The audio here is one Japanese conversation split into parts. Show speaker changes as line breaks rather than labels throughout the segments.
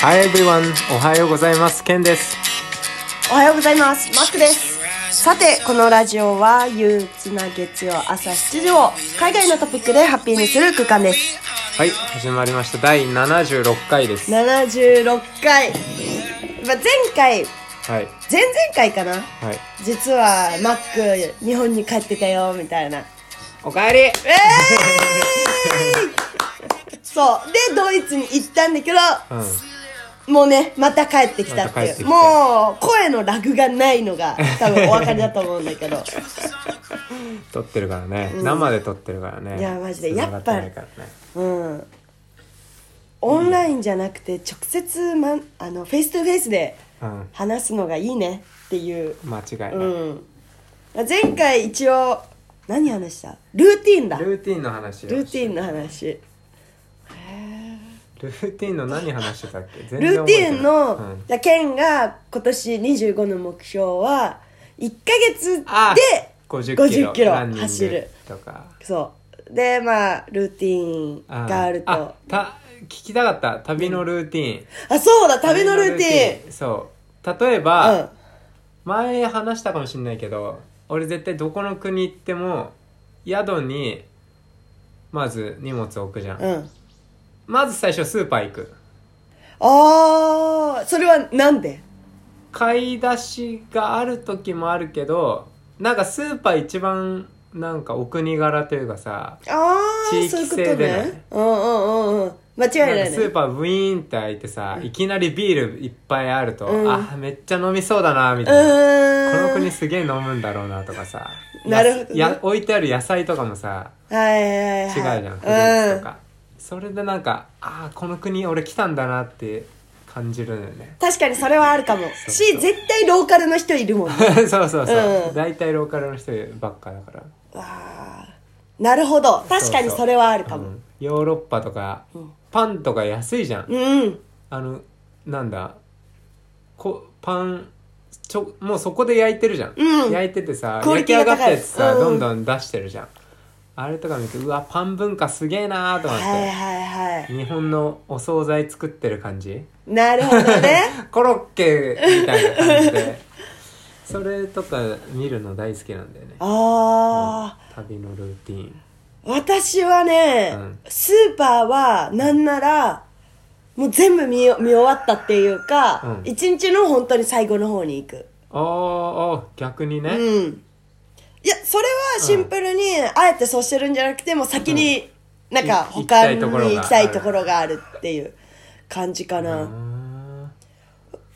Hi everyone! おはようございます。ケンです。
おはようございます。マックです。さて、このラジオは憂鬱な月曜朝7時を海外のトピックでハッピーにする空間です。
はい、始まりました。第76回です。は
76回。まあ前回、
い。
前々回かな
はい。
実はマック日本に帰ってたよ、みたい な。
おかえり
えーいそう。で、ドイツに行ったんだけど、
うん。
もうね、また帰ってきた
ま
って
た帰
い
っ
う。
てきた
もう、声のラグがないのが、多分お分かりだと思うんだけ ど。
撮ってるからね。生で撮ってるからね。
いやマジで
繋がてないからね
うん、オンラインじゃなくて直接、ま、あのフェイストゥフェイスで
うん。
話すのがいいねっていう、
間違いない。
う
ル
ん、前回一応何話したルーティンだル
ーティンの話を
ーティンの話
ルーティンの何話してたっけ全
ル
然
ー
覚え
テ
て
ィ
ない
ンの、
うん
じゃあケンが今年25の目標は1ヶ月
あ
で
50キロ
50キロ
ランニング
走る
とか。
そうでまあルーティン
あ
があると
あ
あ
た聞きたかった旅のルーティン
そうだ旅のルーテ
ィンそう例え
ィン
ば、
うん
前話したかもしれないけど俺絶対どこの国行っても宿にまず荷物置くじゃん、
うん
まず最初スーパー行く
ああそれはなんで
買い出しがある時もあるけどなんかスーパー一番なんかお国柄というかさ
ああ
地域
そういうこと
性でね
ねうんうんうんうん間違い
な
なんい
か
ね
スーパーブイーンって開いてさ、いきなりビールいっぱいあると、
うん
あめっちゃ飲みそうだなみ
う
たいな、
ー
こ
ん
の国すげえ飲むんだろうなとかさ
なるほどね
や置いてある野菜とかもさ
はいはいはい
違うじゃん、フルーツとかそれでなんかああこの国俺来たんだなって感じるのよね
確かにそれはあるかも
う
し絶対ローカルの人いるもんね
そうそうそう、
うん
大体ローカルの人ばっかだから
わーなるほど確かにそれはあるか
う
も
んヨーロッパとか、
うん
パンとか安いじゃん、
うん
あのなんだこパンちょもうそこで焼いてるじゃん、
うん
焼いててさ
クオ
焼
リ
き
ティ
上がっ
が高
た
い
やつさ、
うん
どんどん出してるじゃんあれとか見てうわパン文化すげえなーと思っ
はい
て、
はいはい
日本のお惣菜作ってる感じ
なるほど ね
コロッケみたいな感じでそれとか見るの大好きなんだよね
ああ
旅のルーティン
私はね、
うん
スーパーはなんならもう全部見よ見終わったっていうか、
うん
一日の本当に最後の方に行く
あーあー逆にね、
うん。いや、それはシンプルに、あえてそうしてるんじゃなくて、もう先に、なんか、
い
他に
行きたいところが
行きたいところがあるっていう感じか
あ
な。
ー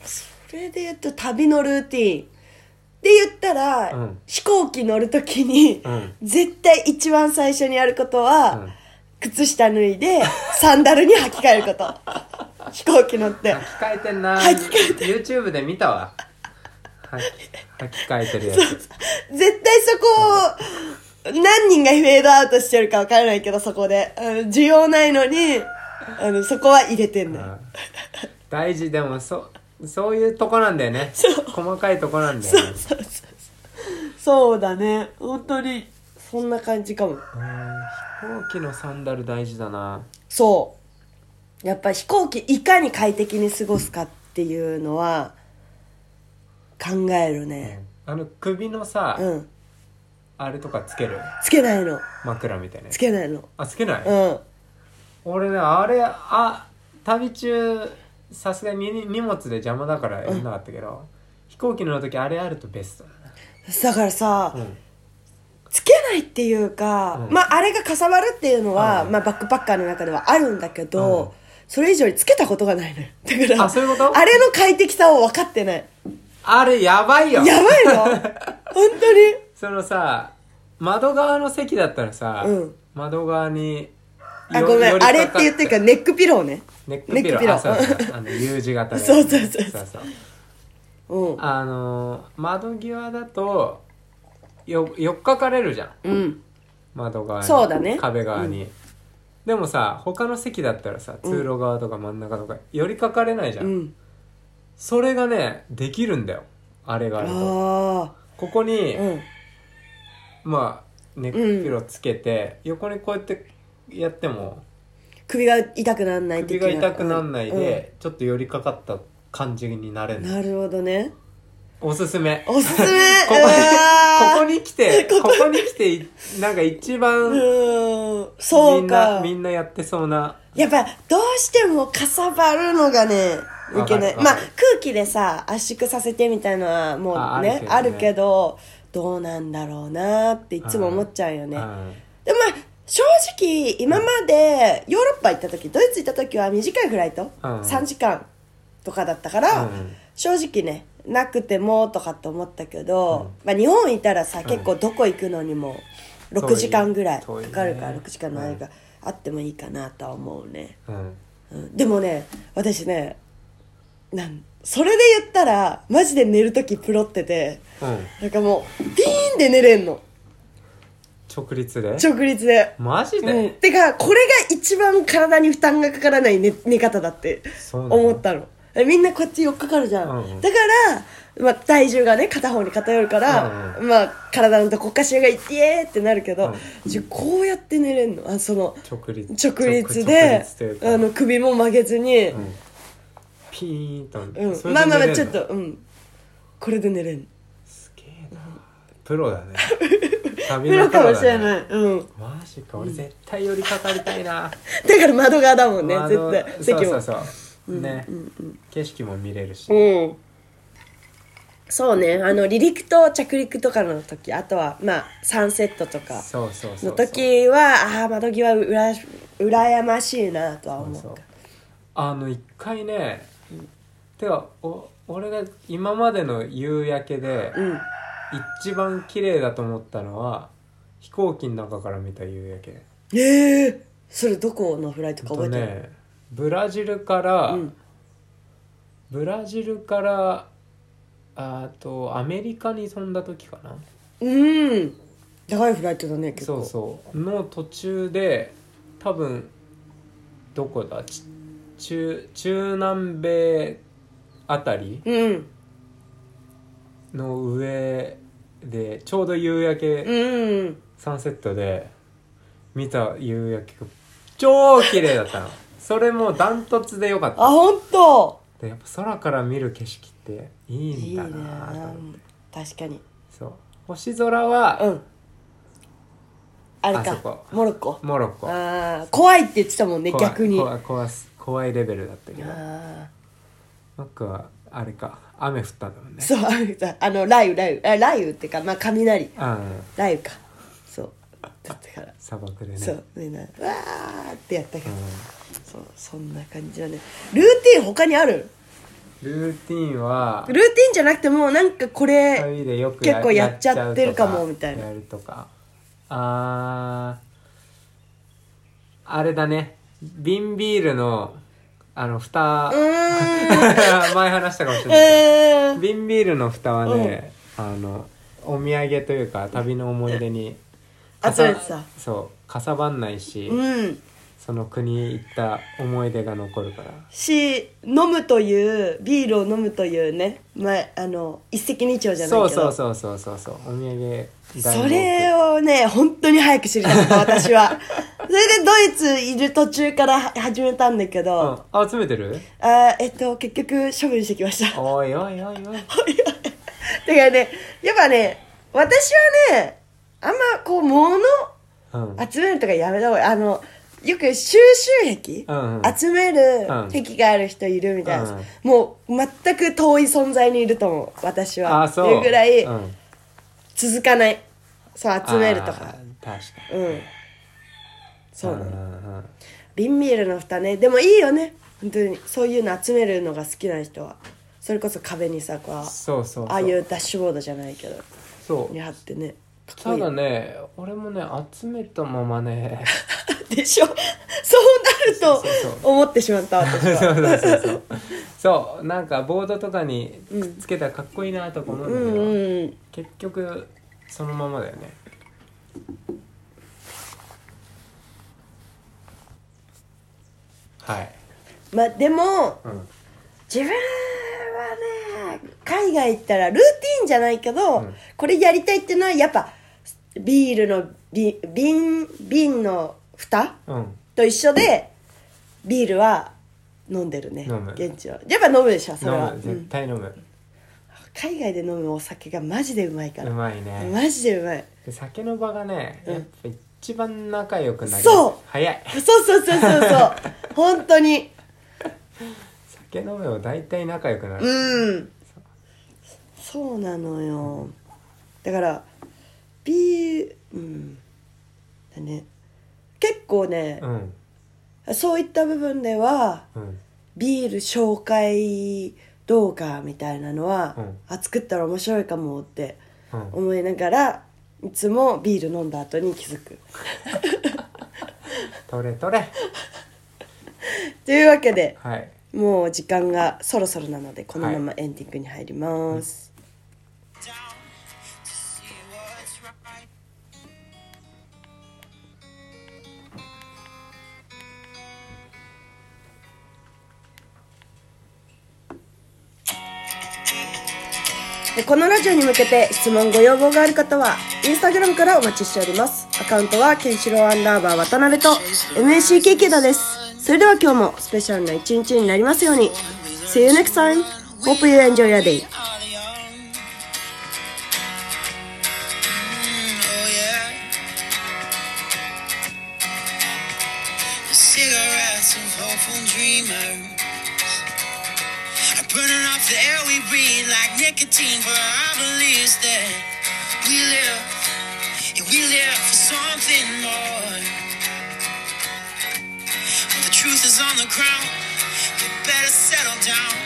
それで言うと、旅のルーティン。で言ったら、
うん
飛行機乗るときに、
うん
絶対一番最初にやることは、
うん
靴下脱いで、サンダルに履き替える こと。飛行機乗って。
履き替えてんな
履き替
YouTube で見たわ履き履き替えてるやつ
絶対そこを、何人がフェードアウトしてるか分からないけど、そこで。あの需要ないのに、あの、そこは入れてんだよ。
大事でもそそういうとこなんだよね細かいとこなんだよね
そうそうそう。そうだね。本当に、そんな感じかも。
あー飛行機のサンダル大事だな
そう。やっぱ飛行機いかに快適に過ごすかっていうのは、考えるね。
あの首のさ、
うん。
あれとかつける
つけないの。
枕みたいなやつ
つけないの。
あつけない、
うん。
俺ねあれあ旅中さすがに荷荷物で邪魔だからやんなかったけど、飛行機乗る時あれあるとベストだ
だからさ、
な、うん、
つけないっていうか、
うん
まああれがかさばるっていうのは、
うん
まあバックパッカーの中ではあるんだけど、
うん
それ以上につけたことがないのよ だから
あそういうこと
あれの快適さを分かってない
あれやばいよ
やばいの 本当に
そのさ窓側の席だったらさ、
うん
窓側に
あ
よ
ごめ
寄りか
ん
か
あれって言ってるからネックピローね
ネックピロー
ネックピロー
あそうそうあの U 字型のやつ
そうそうそう
そうそう
うん
あのー窓際だとよよっかかれるじゃん
うん
窓側に
そうだね
壁側に、でもさ他の席だったらさ通路側とか真ん中とか寄りかかれないじゃ、
うんん
それがねできるんだよあれがあると
あ
ここに、
あうん
まあネックピローつけて、横にこうやってやっても
首が痛くならない
首
的
が
な
痛くなんないで、ちょっと寄りかかった感じになれ
うん
る
なるほ どね
おすすめ
おすすめ
ここ
うわー
にここに来 てここに来ていなんか一
う
番
ーんそ
み
うん
な
か
みんなやってそうな
やっぱどうしてもかさばるのがねいけない
わかるわかる
まあ空気でさ圧縮させてみたいのはもうね
あ
あ
あ
る
るけどね
けどどうなんだろうなっていつも思っちゃうよね
うん
でもまあ正直今までヨーロッパ行った時ドイツ行った時は短いフライト、
うん
3時間とかだったから、
うん
正直ねなくてもとかと思ったけど、まあ、日本いたらさ結構どこ行くのにも
遠い
6時間ぐらいか
遠いね
かるから6時間の間
う
があってもいいかなとは思うね、
うん
うん、でもね私ねなんそれで言ったらマジで寝る時プロってて
うん
なんかもうピーンで寝れんの
直立で
直立で。
マジで、
うん、てかこれが一番体に負担がかからない寝寝方だって
そうなの
思ったのえみんなこっち寄っかかるじゃん、
うんうん
だから、まあ、体重がね片方に偏るから、
う
まあ、体のどこかしらがいってえってなるけど、
う
じゃこうやって寝れんのあその
直立
直立で
立というか
あの首も曲げずに、
う
うん
んピーンと、それで
まあまあまあ
寝れ
ちょ
る
っ
の
とうんこれで寝れん
すげえなプロだね
プ
旅
ロ
の
か
だ
も
ね
しれない、うん
マジか俺絶対寄りかかりたいな
だから窓側だもんね
まああ
絶
の
対席
そ
も
うそうそうね、景色も見れるし、
うん。そうね、あの離陸と着陸とかの時、あとはまあサンセットとか
そうそうそうそう
の時は、ああ窓際うら羨ましいなとは
そう
思う
そうあの一回ね、てかお俺が今までの夕焼けで、
うん。
一番綺麗だと思ったのは飛行機の中から見た夕焼け
ええそれどこのフライトか
ほんと
覚えてる？
ねブラジルから、
うん
ブラジルからあとアメリカに飛んだ時かな
うん。長いフライトだね結
そ
構。
うそうの途中で多分どこだち中中南米あたり
うん
の上でちょうど夕焼け、
うん。
サンセットで見た夕焼けが超綺麗だったの それもダントツでよかった
あ本当。
でやっぱ空から見る景色っていい
い
ん
い
だ
ね
なぁと思って。
確かに。
そう星空は
うん。あれ
あそ
か
こ
モロッコ。
モロッコ
ああ怖いって言ってたもんね
怖い
逆に。
怖い怖い怖いレベルだったけど
ああ
僕はあれか雨降ったんだもんね
そうあれだあの雷雨雷雨あ雷雨ってかまあ雷
うん
雷雨かそうだったから、
砂漠でね
そうみんなうわーってやったか
う
ら、
ん
そうそんな感じだねルーティン他にある
ルーティンは
ルーティンじゃなくてもうなんかこれ
旅でよく
結構やっちゃってるかもみたいな
やるとかあーあれだね瓶ビールのあの蓋
うー ん
前話したかもしれないけど
えー
瓶ビールの蓋はね、あのお土産というか旅の思い出にかさ
集めてた
そうかさばんないし、
うん
その国行った思い出が残るから
し飲むというビールを飲むというね前あの一石二鳥じゃないけど
そうそうそうそうそうそうお土産大
それをね、本当に早く知りたかった、私は。それでドイツいる途中から始めたんだけ
多
ど、
くうん、あ集めてる
あーえっと、結局処分してきました。だか
おいおいおいおい
らね、やっぱね、私はね、あんまこう、物
うん
集めるとかやめた方がいい。あの、よく収集癖、
うんうん
集める
うん
癖がある人いるみたいな、
うん
もう全く遠い存在にいると思う、私は。
あ
って
そう
いうぐらい
うん
続かない。そう、集めるとか。
あー確かに
うん。そうなの。
んうん
瓶ビールの蓋ねでもいいよね本当にそういうの集めるのが好きな人はそれこそ壁にさこう
そうそうそう
ああいうダッシュボードじゃないけど
そう
に貼ってねかっこい
た
い
だね俺もね集めたままね
でしょ そうなる
そう
と思ってしまった私
そうそ
は
うそうそうそうなんかボードとかにくっつけたらかっこいいなとか思うん
う
だけど、
んうん
結局そのままだよねはい、
まあでも
うん、
自分はね海外行ったらルーティンじゃないけど、
うん
これやりたいっていうのはやっぱビールのび瓶瓶の蓋
うん
と一緒でビールは飲んでるね
飲む
現地はやっぱ飲むでしょそれは
飲む
う
絶
ん
対飲む、
海外で飲むお酒がマジでうまいか
う
ら
まいね、
マジでうまい
で酒の場がね、
うん
やっぱ一番仲良くなる
そう
早い
そうそうそうそうそう 本当に
酒飲めば大体仲良くなる、
うんそうなのよだからビールうんだね結構ね
う、ん
そういった部分では
うん
ビール紹介動画みたいなのは、
うん
あ作ったら面白いかもって
うん
思いながらいつもビール飲んだ後に気づく。
とれとれ
というわけで
はい
もう時間がそろそろなのでこのままエンディングに入ります。でこのラジオに向けて質問ご要望がある方はインスタグラムからお待ちしておりますアカウントはケンシロウアンダーバー渡辺と MAC ケイケダですそれでは今日もスペシャルな一日になりますように See you next time! Hope you enjoy your day!
Mm, oh yeah. Cigarettes of hopeful dreamers are burning off the air we breathe like nicotine. For our beliefs that we live, yeah, we live for something more. When the truth is on the ground, you better settle down.